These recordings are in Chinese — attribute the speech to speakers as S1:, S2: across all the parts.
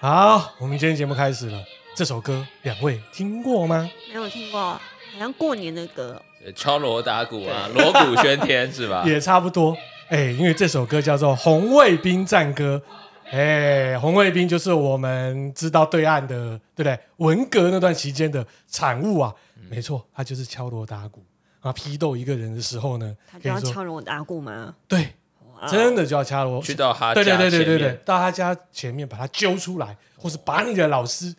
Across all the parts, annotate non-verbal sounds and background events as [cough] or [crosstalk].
S1: 好，我们今天节目开始了。这首歌两位听过吗？
S2: 没有听过，好像过年的歌，
S3: 敲锣打鼓啊，锣鼓喧天是
S2: 啊
S3: 吧？
S1: 也差不多。哎、因为这首歌叫做《红卫兵战歌》。哎，红卫兵就是我们知道对岸的，对不对？文革那段期间的产物啊，
S2: 嗯
S1: 没错，它就是敲锣打鼓啊，批斗一个人的时候呢，
S2: 他
S1: 可
S2: 就
S1: 以
S2: 要
S1: 说
S2: 敲锣打鼓吗？
S1: 对，
S2: 哇
S1: 真的就要敲锣，
S3: 去到他
S1: 对对
S3: 家
S1: 对对
S3: 啊前
S1: 对
S3: 面
S1: 对，到他家前面把他揪出来，或是把你的老师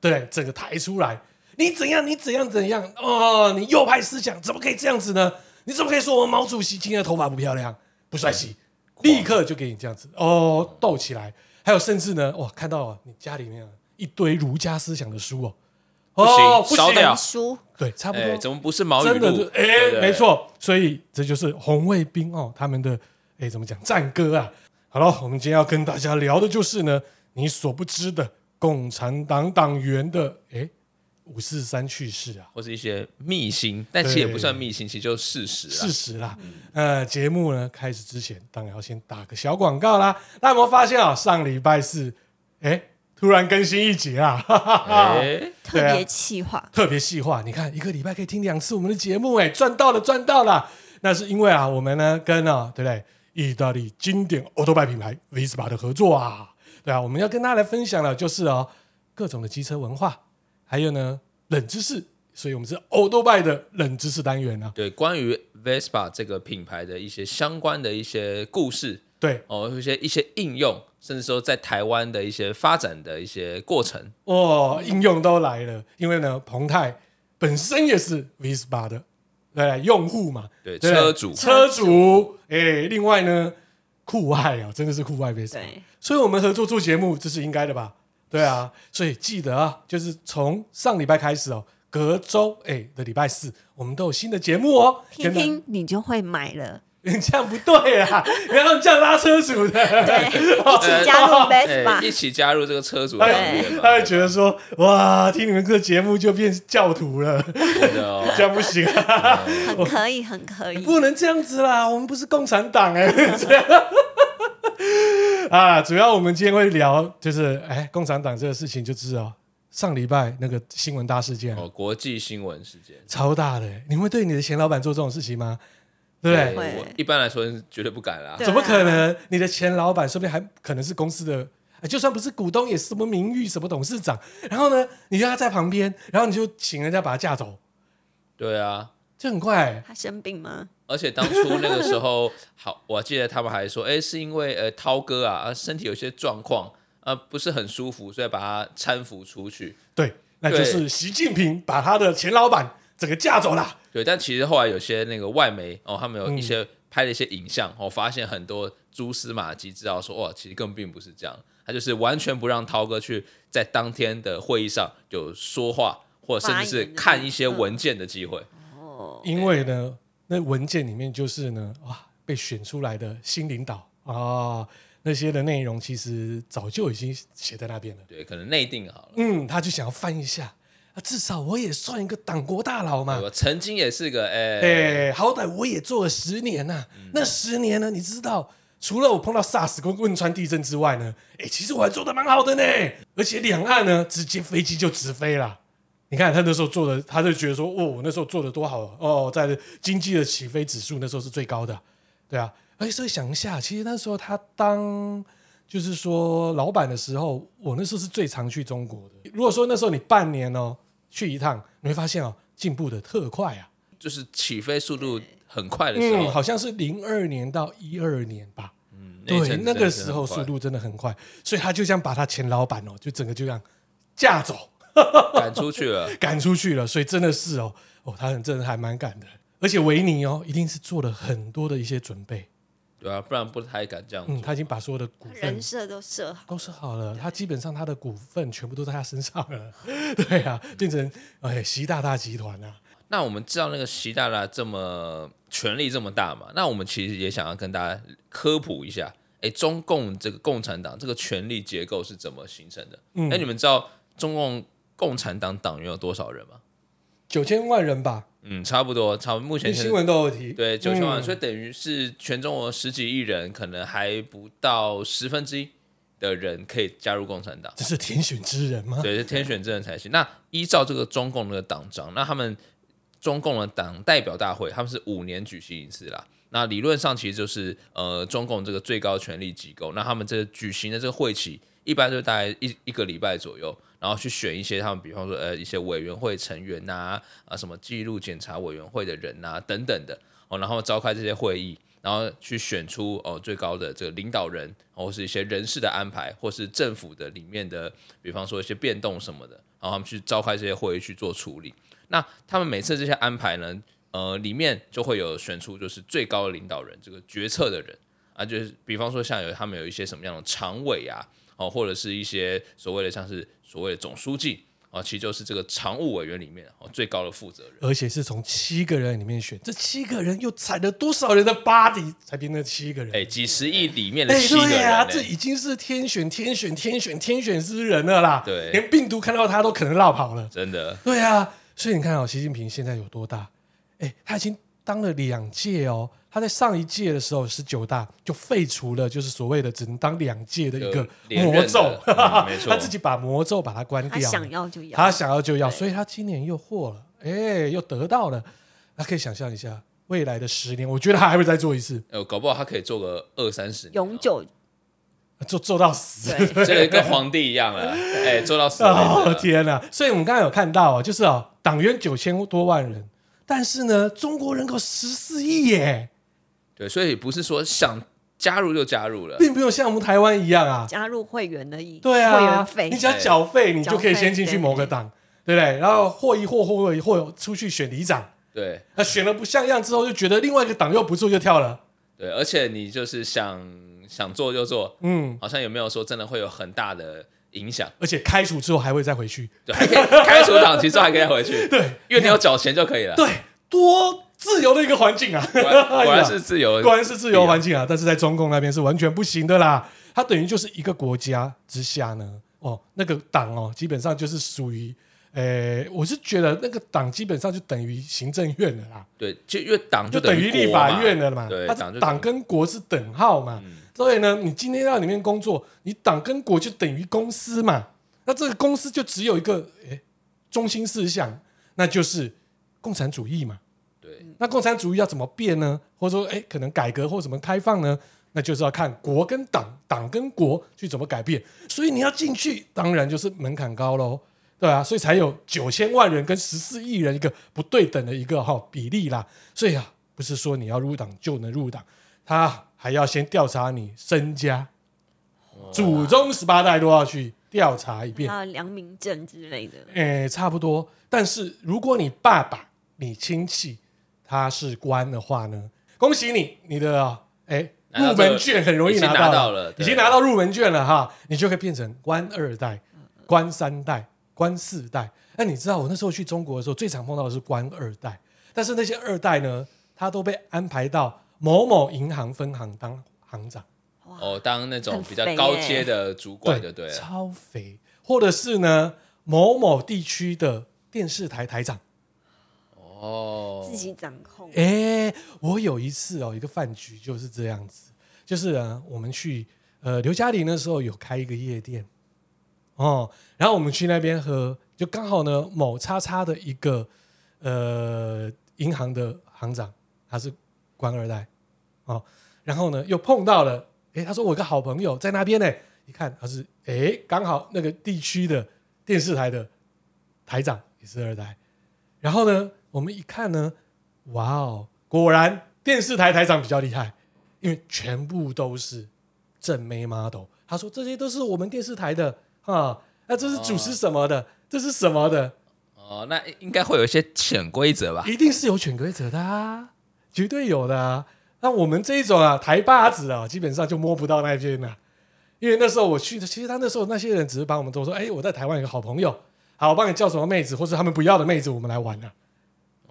S1: 对整个抬出来，你怎样你怎样怎样哦，你右派思想怎么可以这样子呢？你怎么可以说我们毛主席今天的头发不漂亮、不帅气？立刻就给你这样子哦，斗起来。还有甚至呢，哇，看到啊，你家里面啊一堆儒家思想的书哦，哦，
S3: 不行烧掉
S2: 书
S1: 对，差不多
S3: 哎，怎么不是毛
S1: 真
S3: 语
S1: 的
S3: 录
S1: 是？哎、
S3: 对不对
S1: 没，错，所以这就是红卫兵哦，他们的哎、怎么讲战歌啊？好了，我们今天要跟大家聊的就是呢，你所不知的共产党党员的哎五四三去世啊，
S3: 或是一些秘辛，但其实也不
S1: 对
S3: 算秘辛，其实就是事实啊
S1: 事。实啦。呃，节目呢开始之前，当然要先打个小广告啦。大家有没有发现啊？上礼拜四哎、突然更新一集啊，哈哈哈
S3: 哎，
S1: 对
S2: 特
S1: 啊
S2: 别气话，
S1: 特别细化。你看，一个礼拜可以听两次我们的节目，哎，赚到了，赚到了。那是因为啊，我们呢跟啊，对不对？意大利经典欧洲拜品牌 Vespa 的合作啊，对啊，我们要跟大家来分享的，就是哦，各种的机车文化，还有呢冷知识，所以我们是欧洲拜的冷知识单元啊。
S3: 对，关于 Vespa 这个品牌的一些相关的一些故事
S1: 对，
S3: 哦，一些一些应用，甚至说在台湾的一些发展的一些过程。
S1: 哦，应用都来了，因为呢，彭泰本身也是 Vespa 的对用户嘛，
S3: 对，
S1: 对
S3: 车主
S1: 车主，哎、另外呢，酷爱啊，真的是酷爱 Vespa。
S2: 对，
S1: 所以我们合作做节目，这是应该的吧？对啊，所以记得啊，就是从上礼拜开始哦，隔周哎的礼拜四，我们都有新的节目哦。
S2: 听
S1: 跟
S2: 听你就会买了，
S1: 大你 [laughs] 这样不对啊，然后这样拉车主
S2: [laughs]
S1: 的，
S2: 对，一起加入 Vespa，
S3: 哦哎，一起加入这个车主行
S1: 哎
S3: 列嘛，
S1: 他会觉得说哇，听你们这个节目就变教徒了，
S3: 真的哦
S1: 这样不行啊，
S2: 很可以，很可以，
S1: 不能这样子啦，我们不是共产党哎、 [laughs] 这样啊，主要我们今天会聊就是哎，共产党这个事情就知道上礼拜那个新闻大事件啊、
S3: 哦，国际新闻事件。
S1: 超大的欸。你会对你的前老板做这种事情吗？对不对？
S2: 会
S3: 我一般来说是绝对不敢啦
S2: 对。
S1: 怎么可能？你的前老板说不定还可能是公司的，呃就算不是股东，也是什么名誉什么董事长。然后呢，你让他在旁边，然后你就请人家把他架走，
S3: 对啊，
S1: 这很快欸。
S2: 他生病吗？
S3: 而且当初那个时候， [laughs] 好，我记得他们还说，哎，是因为呃涛哥啊，啊身体有些状况，啊不是很舒服，所以把他搀扶出去。
S1: 对，那就是习近平把他的前老板整个架走了。
S3: 对，但其实后来有些那个外媒哦，他们有
S1: 嗯
S3: 一些拍了一些影像，我、哦、发现很多蛛丝马迹，知道说哇，其实根本并不是这样，他就是完全不让涛哥去在当天的会议上有说话，或者甚至是
S2: 发言的
S3: 看一些文件的机会。
S2: 哦，
S1: 因为呢，那文件里面就是呢，哇，被选出来的新领导啊、那些的内容其实早就已经写在那边了。
S3: 对，可能内定好了。
S1: 嗯，他就想要翻一下啊，至少我也算一个党国大佬嘛。
S3: 我曾经也是个哎、
S1: 哎、好歹我也做了十年呐、那十年呢，你知道，除了我碰到 SARS 跟汶川地震之外呢，哎、其实我还做的蛮好的呢。而且两岸呢，直接飞机就直飞啦。你看他那时候做的，他就觉得说，哦，我那时候做的多好啊哦，在经济的起飞指数那时候是最高的，对啊。哎，所以想一下，其实那时候他当就是说老板的时候，我那时候是最常去中国的。如果说那时候你半年哦去一趟，你会发现哦进步的特快啊。
S3: 就是起飞速度很快的时候，
S1: 嗯，好像是零二年到一二年吧。
S3: 嗯一阵
S1: 对，
S3: 子
S1: 那
S3: 真
S1: 个
S3: 的是
S1: 时候
S3: 很快
S1: 速度真的很快，所以他就这样把他前老板哦，就整个就这样架走，
S3: [laughs] 赶出去了。
S1: 赶出去了。所以真的是哦，哦，他很真的还蛮敢的。而且维尼哦，一定是做了很多的一些准备。
S3: 对啊，不然不太敢这样
S1: 嗯，
S3: 做。
S1: 他已经把所有的股份
S2: 人设都设好，
S1: 都是好了，他基本上他的股份全部都在他身上了。 [laughs] 对啊，变成哎习大大集团啊。
S3: 那我们知道那个习大大这么权力这么大嘛，那我们其实也想要跟大家科普一下，哎，中共这个共产党这个权力结构是怎么形成的？
S1: 嗯
S3: 哎、，你们知道中共共产党党员有多少人吗？
S1: 九千万人吧，
S3: 嗯，差不多，差不多目前是
S1: 新闻都有提。
S3: 对九千万，
S1: 嗯
S3: 所以等于是全中国十几亿人，可能还不到十分之一。的人可以加入共产党。
S1: 这是天选之人吗？
S3: 对，是天选之人才行。那依照这个中共的党章，那他们中共的党代表大会，他们是五年举行一次啦。那理论上其实就是呃，中共这个最高权力机构，那他们这举行的这个会期，一般就大概一一个礼拜左右，然后去选一些他们，比方说呃一些委员会成员呐、啊，什么纪录检查委员会的人呐、等等的哦，然后召开这些会议，然后去选出哦最高的这个领导人，哦或是一些人事的安排，或是政府的里面的，比方说一些变动什么的，然后他们去召开这些会议去做处理。那他们每次这些安排呢，呃，里面就会有选出就是最高的领导人，这个决策的人啊，就是比方说像有他们有一些什么样的常委啊，哦，或者是一些所谓的像是所谓的总书记啊，其实就是这个常务委员里面哦最高的负责人。
S1: 而且是从七个人里面选，这七个人又踩了多少人的巴黎才变成七个人？
S3: 哎，几十亿里面的
S1: 哎，
S3: 七个人、
S1: 对啊，
S3: 哎
S1: 这已经是天选、天选、天选、天选之人了啦！
S3: 对
S1: 连病毒看到他都可能绕跑了。
S3: 真的，
S1: 对啊，所以你看哦，习近平现在有多大？哎，他已经当了两届哦。他在上一届的时候，十九大就废除了，就是所谓的只能当两届的一个
S3: 就连任的
S1: 魔咒，
S3: 嗯没
S1: [laughs]
S3: 错
S1: 他自己把魔咒把它关
S2: 他
S1: 掉了
S2: 想。要就要，
S1: 他想要就要，
S2: 对
S1: 所以他今年又获了，哎、又得到了。那可以想象一下，未来的十年，我觉得他还会再做一次，
S3: 呃，搞不好他可以做个二三十年，
S2: 永久
S1: 做做到 [laughs] 死。
S2: 对。
S3: 这个跟皇帝一样
S1: [laughs]
S3: 了，哎，做到死为止啊
S1: 哦天哪！所以我们刚才有看到啊，就是啊，党员九千多万人，但是呢，中国人口十四亿耶，
S3: 对，所以不是说想加入就加入了，
S1: 并不用像我们台湾一样啊，
S2: 加入会员的意，
S1: 对
S2: 会员
S1: 啊，
S2: 费，
S1: 你只要缴费，你就可以先进去
S2: 缴费
S1: 某个党，对不对？然后或一或或一或出去选里长，
S3: 对
S1: 那选了不像样之后，就觉得另外一个党又不做就跳了，
S3: 对，而且你就是想想做就做，
S1: 嗯，
S3: 好像也没有说真的会有很大的影响，
S1: 而且开除之后还会再回去。
S3: 对，还可以开除党籍之后还可以再回去，
S1: 对，
S3: 因为你有缴钱就可以了。
S1: 对，多自由的一个环境啊！
S3: [laughs] 果然果然是自由，
S1: [laughs] 果然是自由环境啊，但是在中共那边是完全不行的啦。它等于就是一个国家之下呢，哦，那个党哦，基本上就是属于，呃，我是觉得那个党基本上就等于行政院了啦，
S3: 对，就因为党
S1: 就
S3: 等
S1: 等于立法院了嘛，
S3: 对，
S1: 它
S3: 党
S1: 是
S3: 就嗯
S1: 党跟国是等号嘛，所以呢，你今天要里面工作，你党跟国就等于公司嘛，那这个公司就只有一个，诶中心思想，那就是共产主义嘛。
S3: 对
S1: 那共产主义要怎么变呢？或者说，哎，可能改革或什么开放呢？那就是要看国跟党，党跟国去怎么改变。所以你要进去，当然就是门槛高喽，对啊，所以才有九千万人跟十四亿人一个不对等的一个哈、比例啦。所以啊，不是说你要入党就能入党，他还要先调查你身家，祖宗十八代都要去调查一遍。
S2: 还有良民证之类的，
S1: 诶，哎差不多。但是如果你爸爸、你亲戚他是官的话呢，恭喜你，你的诶
S3: 拿到
S1: 入
S3: 这个
S1: 门券很容易
S3: 已经
S1: 拿
S3: 拿
S1: 到
S3: 到了
S1: 已
S3: 对
S1: 经拿到入门券了哈，你就可以变成官二代、官三代、官四代。那你知道我那时候去中国的时候，最常碰到的是官二代，但是那些二代呢，他都被安排到某某银行分行当行长。
S3: 哦，当那种
S2: 很
S3: 比较
S2: 肥
S3: 高
S2: 耶
S3: 阶的主管就对啊了，
S1: 超肥，或者是呢某某地区的电视台台长。
S3: 哦
S2: 自，己掌控，
S1: 哎、我有一次哦，一个饭局就是这样子，就是呢，我们去呃刘嘉玲那时候有开一个夜店哦，然后我们去那边喝，就刚好呢某叉叉的一个呃银行的行长，他是官二代哦，然后呢又碰到了，哎、他说我有个好朋友在那边呢，一看他是哎、刚好那个地区的电视台的台长也是二代，然后呢我们一看呢。哇哦，果然电视台台长比较厉害，因为全部都是正妹 model。他说这些都是我们电视台的啊，那这是主持什么的，这是什么的，
S3: 哦，那应该会有一些潜规则吧？
S1: 一定是有潜规则的啊，绝对有的啊。那我们这一种啊，台巴子啊，基本上就摸不到那边了、啊因为那时候我去，其实他那时候那些人只是把我们都说，哎、我在台湾有个好朋友，好，我帮你叫什么妹子，或是他们不要的妹子，我们来玩啊，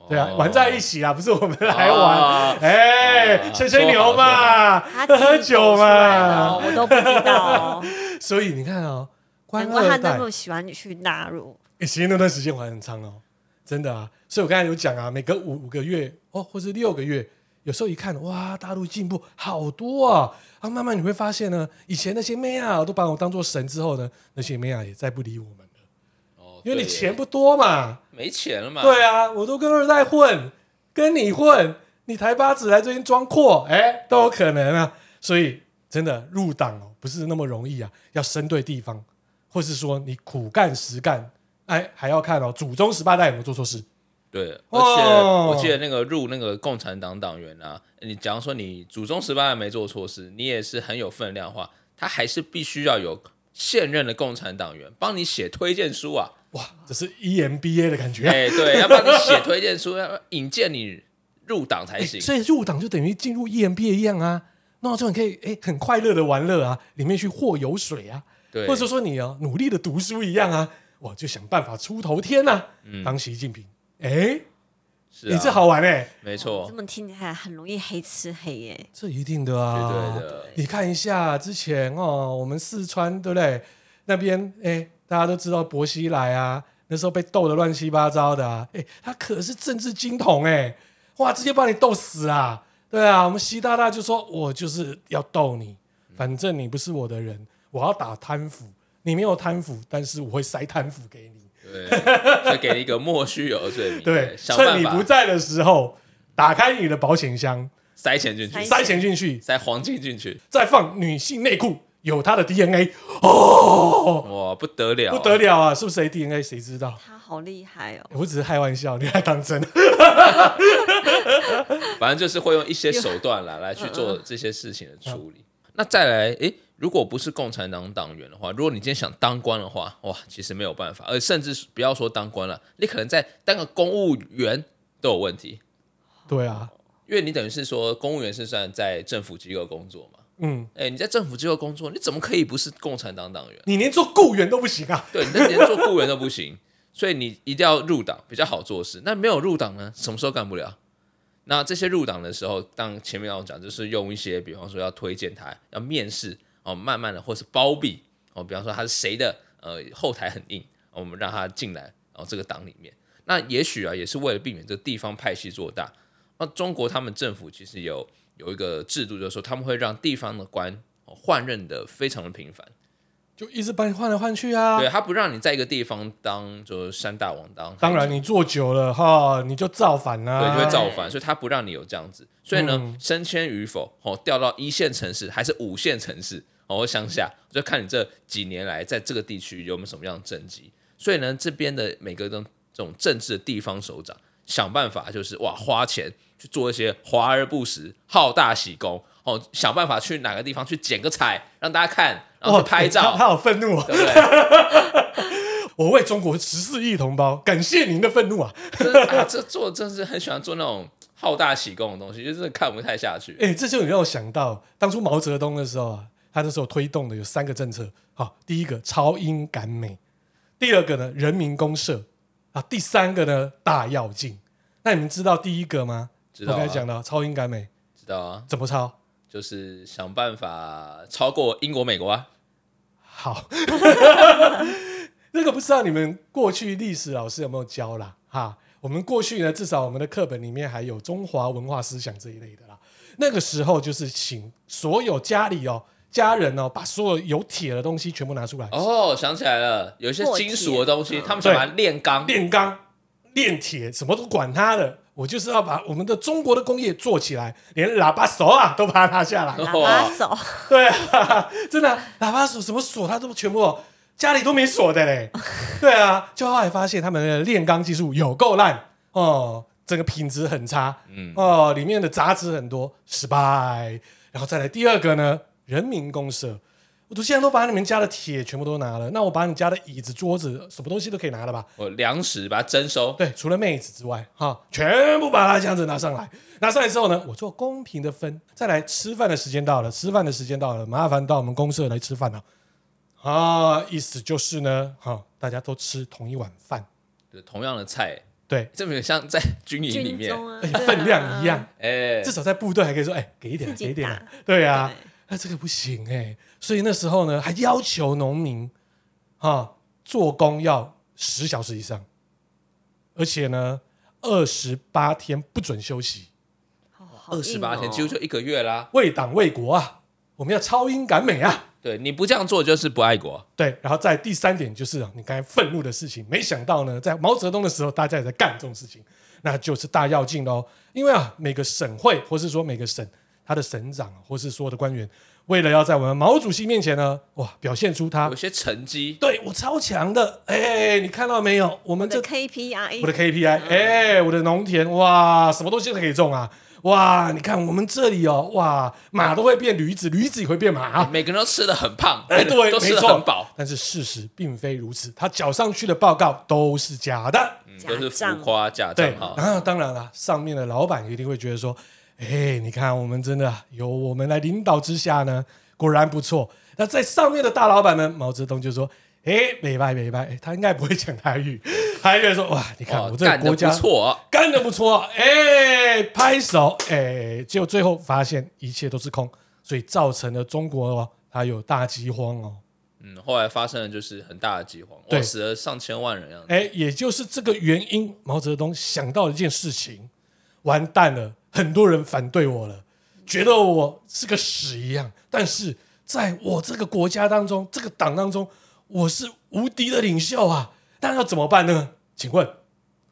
S1: 对啊，
S3: 哦
S1: 玩在一起啊，不是我们来玩。
S3: 哦
S1: 哎，吹吹牛嘛，
S2: 他
S1: 喝喝酒嘛
S2: 嘛，。我都不知
S1: [laughs]
S2: 道哦，
S1: 所以你看哦，官
S2: 难怪他
S1: 二代，
S2: 那么喜欢去纳入，
S1: 欸其实那段时间我还很长哦，真的啊。所以我刚才有讲啊，每隔五五个月哦，或是六个月，有时候一看，哇，大陆进步好多啊！啊，慢慢你会发现呢，以前那些妹啊都把我当做神之后呢，那些妹啊也再不理我们了，
S3: 哦，
S1: 因为你
S3: 对耶
S1: 钱不多嘛。
S3: 没钱了嘛，
S1: 对啊，我都跟二代混，跟你混，你台巴子来这边装阔，哎、都有可能啊。所以真的入党哦，不是那么容易啊，要深对地方，或是说你苦干实干，哎，还要看哦，祖宗十八代有没有做错事。
S3: 对，而且
S1: 哦
S3: 我记得那个入那个共产党党员啊，你假如说你祖宗十八代没做错事，你也是很有分量的话，他还是必须要有现任的共产党员帮你写推荐
S1: [laughs]
S3: 书啊，
S1: 哇，这是 EMBA 的感觉。啊
S3: 哎、对，要帮你写推荐书，要引荐你入党才
S1: 哎
S3: 行。
S1: 所以入党就等于进入 EMBA 一样啊。那之后你可以哎、很快乐的玩乐啊，里面去和油水啊，
S3: 对，
S1: 或者说你要努力的读书一样啊，我就想办法出头天呐、啊，
S3: 嗯
S1: 当习近平。哎、
S3: 是、
S1: 你
S3: 啊，
S1: 这好玩哎、
S3: 没
S1: [laughs]
S2: 这
S3: 错，
S2: 么听起来很容易黑吃黑耶。
S1: 这一定的啊，
S3: 绝对的
S1: 你看一下之前哦，我们四川对不对？那边哎，大家都知道薄熙来啊，那时候被斗得乱七八糟的、啊，哎，他可是政治金童哎，哇，直接把你斗死啊！对啊，我们习大大就说，我就是要斗你，反正你不是我的人，我要打贪腐，你没有贪腐，但是我会塞贪腐给你。
S3: 对，就给你一个莫须有的罪名，哎
S1: 对，
S3: 想
S1: 趁
S3: 办
S1: 你
S3: 法
S1: 不在的时候，打开你的保险箱，
S3: 塞钱进去，
S2: 塞
S1: 塞钱进去，
S3: 塞黄金进去，
S1: 再放女性内裤，有她的 DNA 哦，
S3: 哇，不得了、
S1: 不得了啊！是不是 DNA？谁知道？哎
S2: 他好厉害哦，
S1: 我只是开玩笑，你还当真？啊
S3: 哦反正就是会用一些手段啦来去做这些事情的处理。那再来，诶，如果不是共产党党员的话，如果你今天想当官的话，哇，其实没有办法，而呃甚至是不要说当官了，你可能在当个公务员都有问题，
S1: 对啊，
S3: 因为你等于是说公务员是算在政府机构工作嘛。
S1: 嗯，
S3: 诶，你在政府机构工作，你怎么可以不是共产党党员？
S1: 你连做雇员都不行啊！
S3: 对，你连做雇员都不行，所以你一定要入党比较好做事。那没有入党呢，什么时候干不了？那这些入党的时候，当前面我讲，就是用一些，比方说要推荐他，要面试哦，慢慢的，或是包庇哦，比方说他是谁的，呃，后台很硬，哦我们让他进来，然、后这个党里面，那也许啊，也是为了避免这个地方派系做大。那中国他们政府其实有有一个制度，就是说他们会让地方的官、哦、换任的非常的频繁。
S1: 就一直把你换来换去啊
S3: 对。他不让你在一个地方当就是山大王当，
S1: 当然，你做久了哈，你就造反啊啦、
S3: 对就会
S2: 造
S3: 造反，所以他不让你有这样子。所以呢，升迁与否
S1: 嗯
S3: 哦，调到一线城市还是五线城市哦，或乡下，就看你这几年来在这个地区有没有什么样的政绩。所以呢，这边的每个这种这种政治的地方首长想办法就是哇，花钱去做一些华而不实、好大喜功哦，想办法去哪个地方去捡个彩，让大家看，然后去拍
S1: 他
S3: 照，
S1: [laughs] 他好愤怒、
S3: [laughs]
S1: 啊！
S3: 对不对？
S1: 我为中国十四亿同胞感谢您的愤怒啊！
S3: 真的啊，这做真是很喜欢做那种好大喜功的东西，就真的看不太下去。
S1: 哎、这就让我想到当初毛泽东的时候啊，他那时候推动的有三个政策，好，第一个超英赶美，第二个呢人民公社啊，第三个呢大跃进。那你们知道第一个吗？
S3: 知道啊
S1: 我刚才讲到超英赶美
S3: 知道啊，
S1: 怎么超？
S3: 就是想办法超过英国、美国啊。
S1: 好， [laughs] 那个不知道你们过去历史老师有没有教啦？哈，我们过去呢，至少我们的课本里面还有中华文化思想这一类的啦。那个时候就是请所有家里哦。家人哦，把所有有铁的东西全部拿出来，
S3: 哦，想起来了，有一些金属的东西，
S2: 破解
S3: 他们想把它炼钢。
S1: 炼钢、炼铁，什么都管他的。我就是要把我们的中国的工业做起来，连喇叭手啊都把它拿下
S3: 哦
S1: 来。
S2: 喇叭
S3: [laughs]
S2: 手，
S1: 对啊， [laughs] 真的啊、喇叭锁什么锁他都全部哦家里都没锁的嘞。对啊，就后来发现他们的炼钢技术有够烂哦，整个品质很差，嗯哦，里面的杂质很多，失败。然后再来第二个呢，人民公社。我都现在都把你们家的铁全部都拿了，那我把你家的椅子、桌子，什么东西都可以拿了吧？
S3: 哦，粮食把它征收，
S1: 对，除了妹子之外，哈，全部把它这样子拿上来。拿上来之后呢，我做公平的分。再来，吃饭的时间到了，吃饭的时间到了，麻烦到我们公社来吃饭了。啊，意思就是呢，哈，大家都吃同一碗饭，
S3: 就同样的菜，
S1: 对，
S3: 这么有像 [laughs] 在军营里
S2: 军
S3: 面，
S2: 中啊，
S1: 哎
S2: 对啊
S1: 分量一样，
S3: 哎，
S1: 至少在部队还可以说，哎，给一点啊，
S2: 自己
S1: 给一点啊
S2: 打，
S1: 对啊
S2: 对。
S1: 那这个不行哎、所以那时候呢，还要求农民啊做工要十小时以上，而且呢，二十八天不准休息。
S2: 哦好
S3: 二十八
S2: 硬哦
S3: 天，几乎就一个月啦。
S1: 为党为国啊，我们要超英赶美啊。
S3: 对，你不这样做就是不爱国。啊
S1: 对，然后在第三点就是啊，你刚才愤怒的事情，没想到呢，在毛泽东的时候，大家也在干这种事情，那就是大跃进喽。因为啊，每个省会或是说每个省他的省长或是所有的官员，为了要在我们毛主席面前呢，哇，表现出他
S3: 有些成绩，
S1: 对我超强的，哎、你看到没有？我们
S2: 我的
S1: 这
S2: KPI，
S1: 我的 KPI，哎、我的农田，哇，什么东西都可以种啊。哇，你看我们这里哦，哇，马都会变驴子，驴子也会变马、啊
S3: 每个人都吃的很胖，
S1: [laughs] 哎，对，
S3: 都吃
S1: 没
S3: 的
S1: 错
S3: 很饱，
S1: 但是事实并非如此，他缴上去的报告都是假的。
S3: 嗯都是
S2: 假
S3: 浮
S2: 账
S3: 夸假
S1: 对
S3: 账，哈。
S1: 然后当然了，上面的老板一定会觉得说，哎，你看我们真的有我们来领导之下呢，果然不错。那在上面的大老板们，毛泽东就说。哎，美拜美拜，哎他应该不会讲台语，他应该说哇，你看
S3: 哇
S1: 我这个
S3: 哦干的
S1: 国
S3: 不
S1: 家
S3: 错啊，
S1: 干得不错，哎，拍手，哎，结果最后发现一切都是空，所以造成了中国哦，它有大饥荒哦。
S3: 嗯，后来发生了就是很大的饥荒，
S1: 对
S3: 哇，死了上千万人样子。
S1: 哎，也就是这个原因，毛泽东想到一件事情，完蛋了，很多人反对我了，觉得我是个屎一样。但是在我这个国家当中，这个党当中，我是无敌的领袖啊！那要怎么办呢？请问，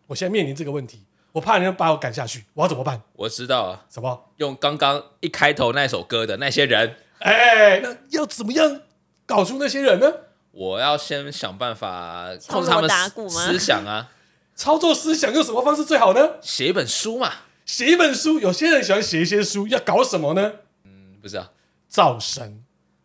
S1: 我现在面临这个问题，我怕人家把我赶下去，我要怎么办？
S3: 我知道啊，
S1: 什么？
S3: 用刚刚一开头那首歌的那些人，
S1: 哎，那要怎么样搞出那些人呢？
S3: 我要先想办法
S2: 敲
S3: 控制他
S2: 锣
S3: 们
S2: 打鼓
S3: 思
S2: 吗
S3: 思想啊，
S1: 操作思想用什么方式最好呢？
S3: 写一本书嘛，
S1: 写一本书，有些人喜欢写一些书，要搞什么呢？
S3: 嗯不是啊
S1: 造神。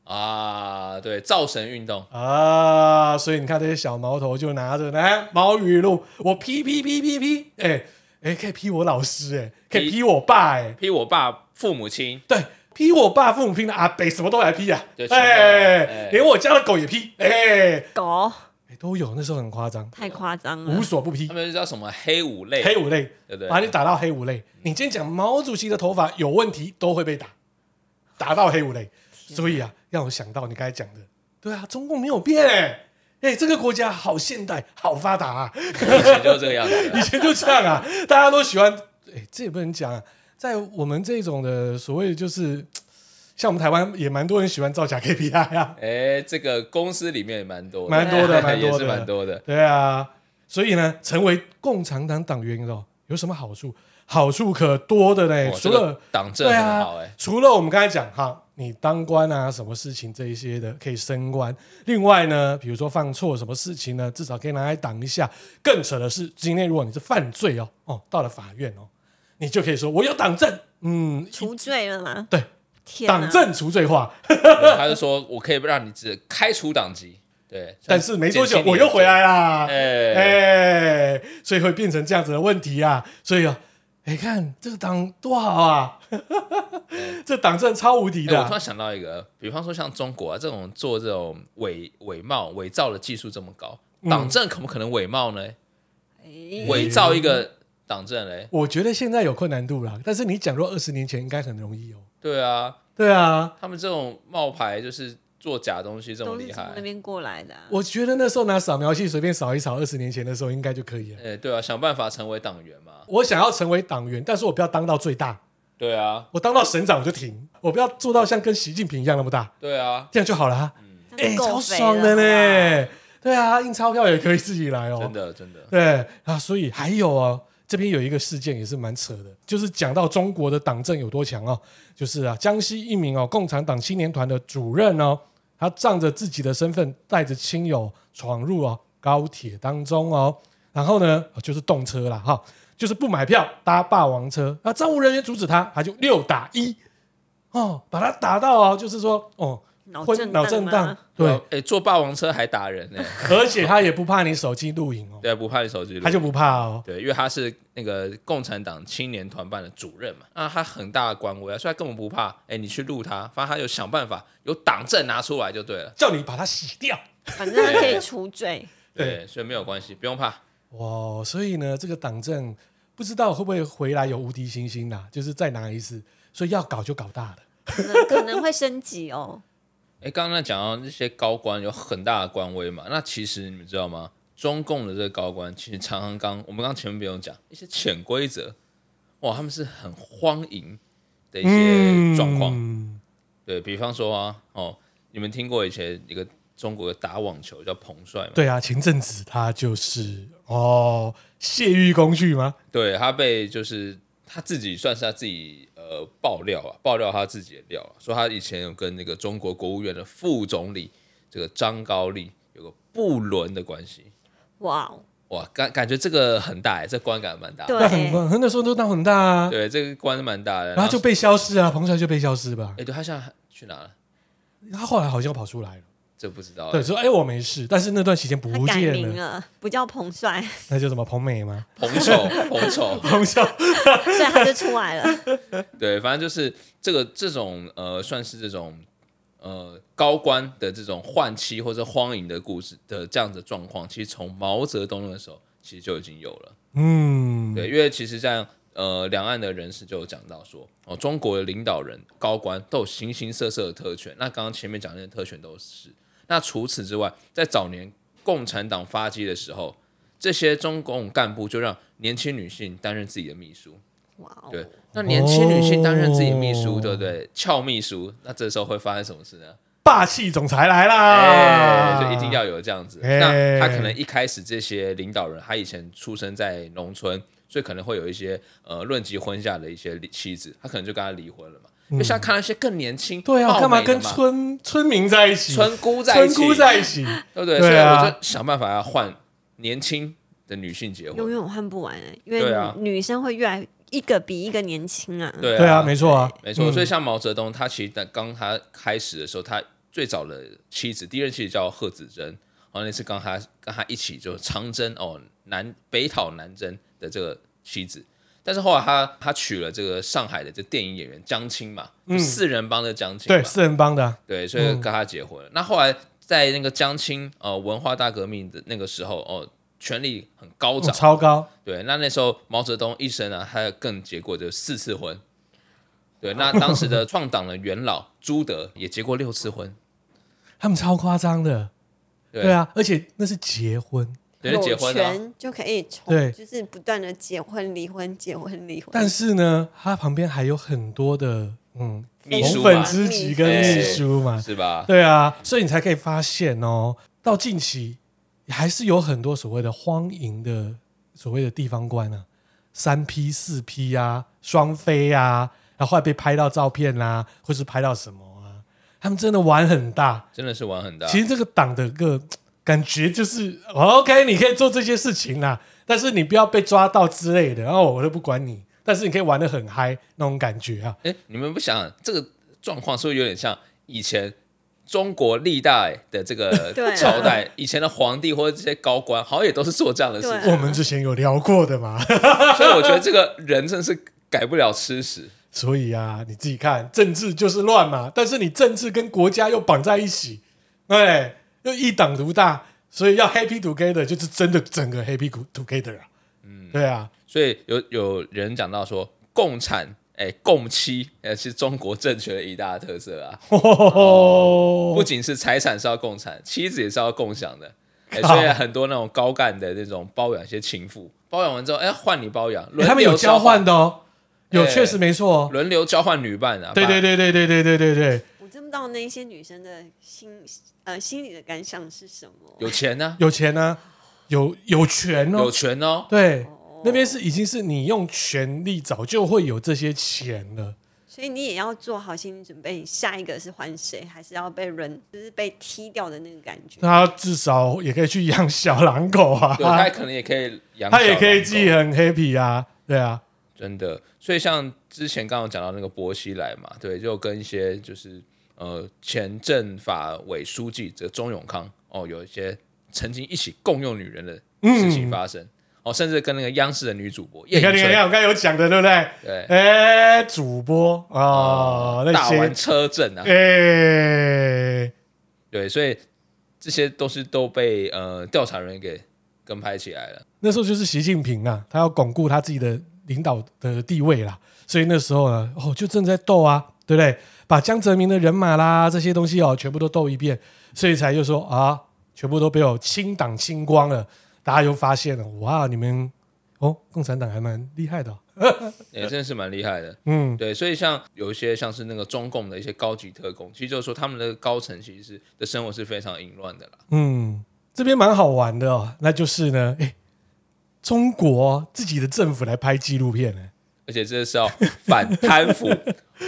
S3: 啊，对，造神运动，
S1: 啊，所以你看这些小毛头就拿着来毛语录，我批批批批批，哎、哎、可以批我老师、哎，可以
S3: 批
S1: 批我爸、哎，
S3: 批我爸父母亲，
S1: 对，批我爸父母拼的阿北什么都来批啊
S3: 对，全部
S1: 哎、
S3: 哎
S1: 连我家的狗也批，哎、
S2: 狗
S1: 哎都有，那时候很夸张，
S2: 太夸张了
S1: 无，所不批
S3: 他，们就叫什么黑五类，
S1: 黑五类，
S3: 对不对
S1: 把你打到黑五类，你今天讲毛主席的头发有问题都会被打，打到黑五类，所以啊，让我想到你刚才讲的，对啊，中共没有变、哎哎、这个国家好现代，好发达、啊。 [laughs]
S3: 以前就这个样子
S1: 以 [laughs]
S3: 啊。
S1: 前就这样啊，大家都喜欢，哎，这也不能讲啊，在我们这种的所谓就是，像我们台湾也蛮多人喜欢造假 KPI 啊，
S3: 哎，这个公司里面也蛮多的，
S1: 蛮多
S3: [laughs]
S1: 的，蛮
S3: 也
S1: 多
S3: 是
S1: 的，
S3: 蛮多的。
S1: 对啊，所以呢，成为共产党党员哦，有什么好处？好处可多的嘞，
S3: 哇
S1: 哎除
S3: 这
S1: 了
S3: 个党政
S1: 对
S3: 很
S1: 啊
S3: 好，哎，
S1: 除了我们刚才讲哈，你当官啊，什么事情这一些的可以升官。另外呢，比如说犯错什么事情呢，至少可以拿来挡一下。更扯的是，今天如果你是犯罪哦，哦，到了法院哦，你就可以说我有党证，嗯，
S2: 除罪了吗？
S1: 对，
S2: 天哪
S1: 党证除罪化。
S3: 对他就说我可以让你只开除党籍，对，
S1: 但是没多久
S3: 减轻你的
S1: 我又回来啦，
S3: 罪，哎，
S1: 哎、所以会变成这样子的问题啊。所以啊，哎、看这个党多好啊， [laughs] 这党证超无敌
S3: 欸
S1: 的
S3: 哎我突
S1: 啊、
S3: 然想到一个，比方说像中国啊，这种做这种伪伪冒、伪造的技术这么高，
S1: 嗯
S3: 党证可不可能伪冒呢？
S2: 哎
S3: 伪造一个党证嘞？
S1: 我觉得现在有困难度啦，但是你讲若二十年前应该很容易哦。
S3: 对啊，
S1: 对啊，
S3: 他们这种冒牌就是做假东西这么
S2: 哎都
S3: 厉
S2: 是从
S3: 害
S2: 那。边过来的啊，
S1: 我觉得那时候拿扫描器随便扫一扫，二十年前的时候应该就可以了。
S3: 哎，对啊，想办法成为党员嘛。
S1: 我想要成为党员，但是我不要当到最大，
S3: 对啊，
S1: 我当到省长我就停，我不要做到像跟习近平一样那么大，
S3: 对啊，
S1: 这样就好了啊。
S2: 这
S1: 哎、
S2: 样嗯够
S1: 超
S2: 肥
S1: 爽的
S2: 了
S1: 呢！对啊，印钞票也可以自己来哦。
S3: 真的真的。
S1: 对啊，所以还有哦，这边有一个事件也是蛮扯的，就是讲到中国的党政有多强哦，就是啊，江西一名哦共产党青年团的主任哦，他仗着自己的身份，带着亲友闯入哦高铁当中哦，然后呢啊就是动车啦哈、就是不买票搭霸王车，那站务人员阻止他，他就六打一哦，把他打到哦，就是说哦。
S2: 脑
S1: 昏
S2: 震
S1: 脑
S2: 荡
S1: 震
S2: 吗
S1: 荡，对
S3: 啊，，哎，坐霸王车还打人呢，
S1: 而且他也不怕你手机录影哦，
S3: 对，啊不怕你手机录
S1: 他就不怕哦。
S3: 对，因为他是那个共产党青年团办的主任嘛，那他很大的官威啊，所以他根本不怕。哎，你去录他，反正他有想办法，有党证拿出来就对了。
S1: 叫你把它洗掉。
S2: 反正他可以除罪，
S1: 对
S3: 对，所以没有关系，不用怕。
S1: 哇，所以呢，这个党政不知道会不会回来有无敌星星啦，就是再拿一次，所以要搞就搞大了。
S2: 可能 [laughs] 可能会升级哦。
S3: 哎，刚刚讲到那些高官有很大的官威嘛，那其实你们知道吗？中共的这个高官其实常常刚我们刚前面不用讲一些潜规则，哇，他们是很荒淫，的一些状况。
S1: 嗯
S3: 对比方说啊，哦，你们听过以前一个中国的打网球叫彭帅吗？
S1: 对啊，前阵子他就是哦泄欲工具吗？
S3: 对他被就是他自己算是他自己呃爆料啊，爆料他自己的料啊，说他以前有跟那个中国国务院的副总理这个张高丽有个不伦的关系。
S2: 哇哦，
S3: 哇，感感觉这个很大哎、这观感蛮大的。
S2: 对
S1: 那很很那时候都闹很大啊，
S3: 对，这个官蛮大的。
S1: 然后就被消失啊，彭帅就被消失吧
S3: 哎、。对他现在去哪了？
S1: 他后来好像跑出来了，
S3: 这不知道、欸
S1: 对，，说哎我没事，但是那段期间不
S2: 他改
S1: 见
S2: 名
S1: 了，
S2: 了，不叫彭帅， [laughs]
S1: 那叫什么彭美吗？
S3: 红丑，红丑。
S1: 彭笑，
S2: 所以他就出来了。
S3: 对，反正就是这个这种呃，算是这种呃高官的这种换妻或者荒淫的故事的这样的状况，其实从毛泽东那个时候其实就已经有了。
S1: 嗯，
S3: 对，因为其实像呃两岸的人士就有讲到说，哦，中国的领导人、高官都有形形色色的特权。那刚刚前面讲的那些特权都是。那除此之外，在早年共产党发迹的时候，这些中共干部就让年轻女性担任自己的秘书。
S2: 哇哦，
S3: 对，那年轻女性担任自己秘
S1: 哦
S3: 书，对不对？俏秘书，那这时候会发生什么事呢？
S1: 霸气总裁来啦，
S3: 哎，就一定要有这样子。
S1: 啊哎
S3: 那他可能一开始这些领导人，他以前出生在农村，所以可能会有一些呃论及婚嫁的一些妻子，他可能就跟他离婚了嘛。就像看到一些更年轻，
S1: 嗯对啊，
S3: 貌
S1: 干嘛
S3: 美的
S1: 跟
S3: 嘛
S1: 村村民在一起？
S3: 村姑在一起，
S1: 村姑在一起，
S3: 对不对？所以
S1: 对啊
S3: 我就想办法要换年轻的女性结
S2: 永
S3: 婚。
S2: 远换不完、欸，因
S3: 对啊
S2: 为女生会越来一个比一个年轻啊。
S3: 对
S1: 对啊，没错啊，
S3: 没错，
S1: 嗯
S3: 所以像毛泽东，他其实在刚他开始的时候，他最早的妻子，第一任妻子叫贺子珍，然后那次跟他跟他一起就长征哦，南北讨南征的这个妻子。但是后来他他娶了这个上海的这电影演员江青嘛，就四人帮的江青
S1: 嗯
S3: 嘛，
S1: 对四人帮的啊，
S3: 对，所以跟他结婚了。那后来在那个江青呃文化大革命的那个时候哦，权力很高
S1: 嗯
S3: 涨，
S1: 超高，
S3: 对，那那时候毛泽东一生啊，他更结过就四次婚。对，
S2: [laughs]
S3: 那当时的创党的元老朱德也结过六次婚。
S1: 他们超夸张的，
S3: 对
S1: 对啊，而且那是结婚，
S3: 对，结婚啊
S2: 有
S3: 了、
S2: 权就可以从
S1: 对
S2: 就是不断的结婚离婚结婚离婚，
S1: 但是呢，他旁边还有很多的嗯
S3: 秘
S1: 红
S3: 书嘛
S1: 粉，知己跟秘书嘛，
S3: 是吧？
S1: 对啊，所以你才可以发现哦，到近期还是有很多所谓的荒淫的所谓的地方官啊，三 P 四 P 啊，双飞啊，然后后来被拍到照片啦、啊或是拍到什么啊，他们真的玩很大。
S3: 真的是玩很大。
S1: 其实这个党的个感觉就是、哦 OK，你可以做这些事情啦，但是你不要被抓到之类的，然、后我都不管你，但是你可以玩的很嗨那种感觉啊。
S3: 哎，你们不想想这个状况，是不是有点像以前中国历代的这个
S2: [laughs] 对啊
S3: 朝代，以前的皇帝或者这些高官，好像也都是做这样的事
S2: 对
S3: 情。
S1: 我们之前有聊过的嘛，
S2: 啊
S3: 所以我觉得这个人真是改不了吃屎。
S1: 所以啊，你自己看，政治就是乱嘛，但是你政治跟国家又绑在一起，哎，又一党独大，所以要 happy together 就是真的整个 happy together 啊。嗯，对啊，
S3: 所以有有人讲到说，共产哎、共妻哎、是中国政权的一大特色啊，不
S1: 哦，
S3: 仅是财产是要共产，妻子也是要共享的。哎、
S1: 靠
S3: 所以很多那种高干的那种包养一些情妇，包养完之后，哎、换你包养，轮流
S1: 他们有交换的哦，有
S3: 哎
S1: 确实没错
S3: 交换，
S1: 哦。
S3: 轮流交换女伴啊。
S1: 对对
S3: 对，
S1: 对对对对对对对，
S2: 我真不知道那一些女生的心呃心理的感想是什么。
S3: 有钱呢、
S1: 有钱呢、有有权
S3: 有
S1: 哦，
S3: 权哦。
S1: 对
S2: 哦，
S1: 那边是已经是你用权力早就会有这些钱了。
S2: 所以你也要做好心理准备，下一个是还谁，还是要被人就是被踢掉的那个感觉。
S1: 他至少也可以去养小狼狗啊，
S3: 对，他可能也可以养，
S1: 他也可以自己，很 happy 啊，对啊，
S3: 真的。所以像之前刚刚讲到那个薄熙来嘛，对，就跟一些就是呃前政法委书记这个钟永康哦，有一些曾经一起共用女人的事情发生、哦，甚至跟那个央视的女主播
S1: 嗯你
S3: 叶颖
S1: 看你看，你
S3: 春
S1: 看我刚才有讲的，对不对？
S3: 对
S1: 哎，主播哦，那
S3: 大
S1: 些
S3: 玩车震啊，
S1: 哎，
S3: 对，所以这些都是都被呃调查人员给跟拍起来了。
S1: 那时候就是习近平啊，他要巩固他自己的领导的地位啦，所以那时候呢，哦，就正在斗啊，对不对？把江泽民的人马啦这些东西哦，全部都斗一遍，所以才又说啊，全部都被我清党清光了，大家又发现了，哇，你们哦，共产党还蛮厉害的哦、
S3: 也、真的是蛮厉害的。
S1: 嗯，
S3: 对，所以像有一些像是那个中共的一些高级特工，其实就是说他们的高层其实是的生活是非常淫乱的啦。
S1: 嗯，这边蛮好玩的哦，那就是呢，哎，中国自己的政府来拍纪录片呢，
S3: 而且这是要反贪腐、